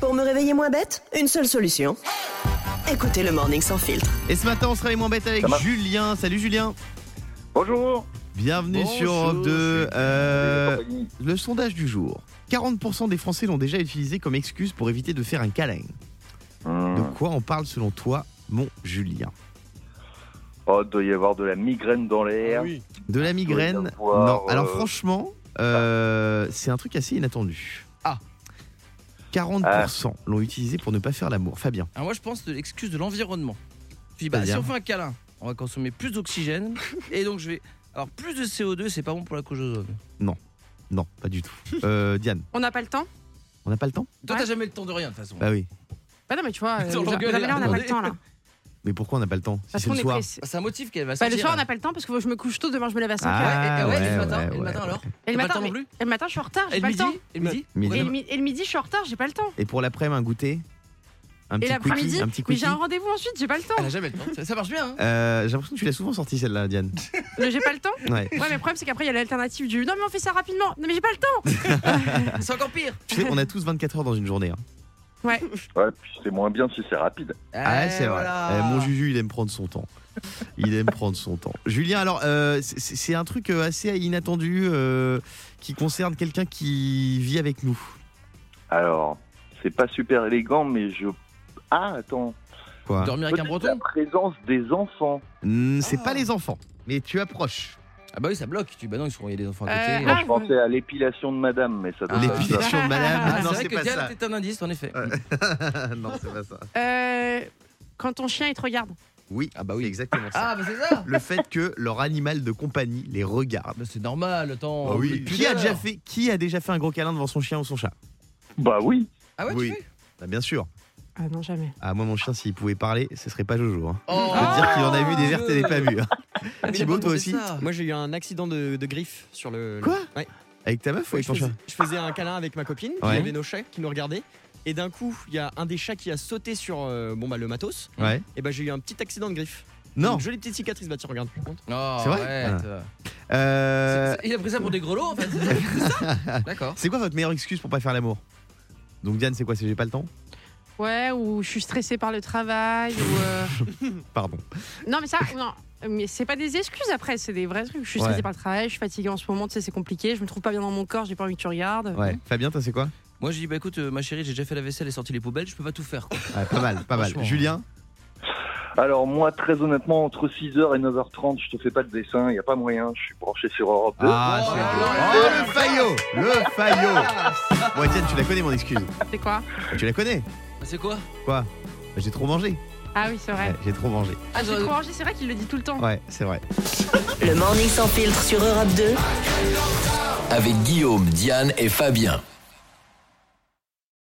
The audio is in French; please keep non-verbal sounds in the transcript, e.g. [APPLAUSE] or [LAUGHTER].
Pour me réveiller moins bête, une seule solution. Écoutez le Morning Sans Filtre. Et ce matin, on sera les moins bêtes avec Ça va. Julien. Salut Julien. Bonjour. Bienvenue sur Europe 2. Euh, le sondage du jour. 40% des Français l'ont déjà utilisé comme excuse pour éviter de faire un câlin. Hmm. De quoi on parle selon toi, mon Julien Oh, il doit y avoir de la migraine dans l'air. Ah Oui. De la Il doit migraine y avoir, Non. Alors euh, franchement, euh, c'est un truc assez inattendu. Ah 40% l'ont utilisé pour ne pas faire l'amour. Fabien. Alors Ah, moi je pense de l'excuse de l'environnement. Puis bah si C'est-à-dire on fait un câlin, on va consommer plus [LAUGHS] d'oxygène et donc je vais alors plus de CO2, c'est pas bon pour la couche d'ozone. Non, pas du tout. Euh, Diane, On n'a pas le temps on n'a pas le temps Toi Ouais. t'as jamais le temps de rien de toute façon. Bah oui. Bah non, mais tu vois, euh, Ils ont jamais l'engueulé, là, on n'a pas le attendez. temps là. Mais pourquoi on n'a pas le temps Si Parce c'est qu'on le est soir. pressé. C'est un motif qu'elle va Bah, le sortir, soir, on là. n'a pas le temps parce que faut que je me couche tôt, demain je me lève à 5 heures. Ah, Eh, eh, ouais, ouais, et le matin, ouais, et le matin ouais. alors t'as Et le pas le matin temps non non plus Et le matin, je suis en retard, Et j'ai le pas le midi temps. Et le midi Midi. Et le, mi- et le midi, je suis en retard, j'ai pas le temps. Et pour l'après-midi, un goûter Un Et petit l'après-midi, cookie, un petit mais cookie. j'ai un rendez-vous ensuite, j'ai pas le [LAUGHS] temps. Elle a jamais le temps. Ça- Ça marche bien hein Euh, J'ai l'impression que tu l'as souvent sorti celle-là, [LAUGHS] Diane. Le J'ai pas le temps Ouais. Ouais, mais le problème, c'est qu'après, il y a l'alternative du non, mais on fait ça rapidement. Non, mais j'ai pas le temps. hein. [LAUGHS] C'est encore pire Tu sais, on a tous 24 heures dans une journée. hein. Ouais, puis c'est moins bien si c'est rapide. Ah, ouais, c'est Eh, vrai. voilà. Eh, mon Juju, il aime prendre son temps. Il aime prendre son temps. Julien, alors, euh, c'est- c'est un truc euh, assez inattendu euh, qui concerne quelqu'un qui vit avec nous. Alors, c'est pas super élégant, mais je. Ah, attends. Quoi Dormir avec un Peut-être breton La présence des enfants. Mm, C'est Ah. pas les enfants, mais tu approches. Ah bah oui ça bloque. Tu dis, bah non ils sont il y a des enfants à Euh, côté. Moi, ah, je pensais à l'épilation de madame, mais ça doit pas Ah. être ça. L'épilation de madame. Ah, non, c'est c'est vrai que pas Diane ça. était un indice en effet. [LAUGHS] non, c'est pas ça. Euh, quand ton chien, il te regarde. Oui, ah bah oui. exactement ça. Ah bah c'est ça Le fait que leur animal de compagnie les regarde. Bah c'est normal, attends. Ah plus oui. de Qui a pudeur. déjà fait, qui a déjà fait un gros câlin devant son chien ou son chat Bah oui. Ah ouais, Oui. tu fais Bah, Bien sûr. Ah non, jamais. Ah, moi, mon chien, s'il pouvait parler, ce serait pas Jojo. hein. Oh, Je peux te dire qu'il en a vu des vertes et des Dieu. pas [LAUGHS] vues. hein. Mais il a Thibaut, pas toi demandé aussi ça. Moi j'ai eu un accident de, de griffe sur le. Ah. Quoi le- Ouais. Avec ta meuf ou avec je, ton faisais, chien je faisais un câlin avec ma copine, puis il Ouais. y avait nos chats qui nous regardaient. Et d'un coup, il y a un des chats qui a sauté sur euh, bon, bah, le matos. Ouais. Et bah j'ai eu un petit accident de griffe. Non. Une jolie petite cicatrice, bah tu regardes. tu te rends compte Oh, C'est vrai arrête. Euh, C'est- c'est- Il a pris ça pour des grelots [LAUGHS] en fait. C'est ça D'accord. C'est quoi votre meilleure excuse pour pas faire l'amour Donc Diane, c'est quoi C'est j'ai pas le temps Ouais, ou je suis stressée par le travail, ou. euh, Pardon. Non, mais ça, non. Mais c'est pas des excuses après, c'est des vrais trucs. Je suis stressée Ouais. par le travail, je suis fatiguée en ce moment, tu sais, c'est compliqué, je me trouve pas bien dans mon corps, j'ai pas envie que tu regardes. Ouais. Fabien, toi, c'est quoi Moi j'ai dit bah écoute euh, ma chérie j'ai déjà fait la vaisselle et sorti les poubelles je peux pas tout faire. quoi. Ouais, Pas mal, pas mal. Franchement. Julien Alors, moi, très honnêtement, entre 6h et 9h30, je te fais pas de dessin, il a pas moyen, je suis branché sur Europe 2. Ah, Oh c'est là vrai. là Oh, le faillot Le faillot Moi, Diane, tu la connais, mon excuse. C'est quoi Tu la connais Ah, C'est quoi J'ai trop mangé. Ah oui, c'est vrai. Ouais, j'ai trop mangé. Ah J'ai trop rangé, c'est vrai qu'il le dit tout le temps. Ouais, c'est vrai. Le Morning Sans Filtre sur Europe 2. Avec Guillaume, Diane et Fabien.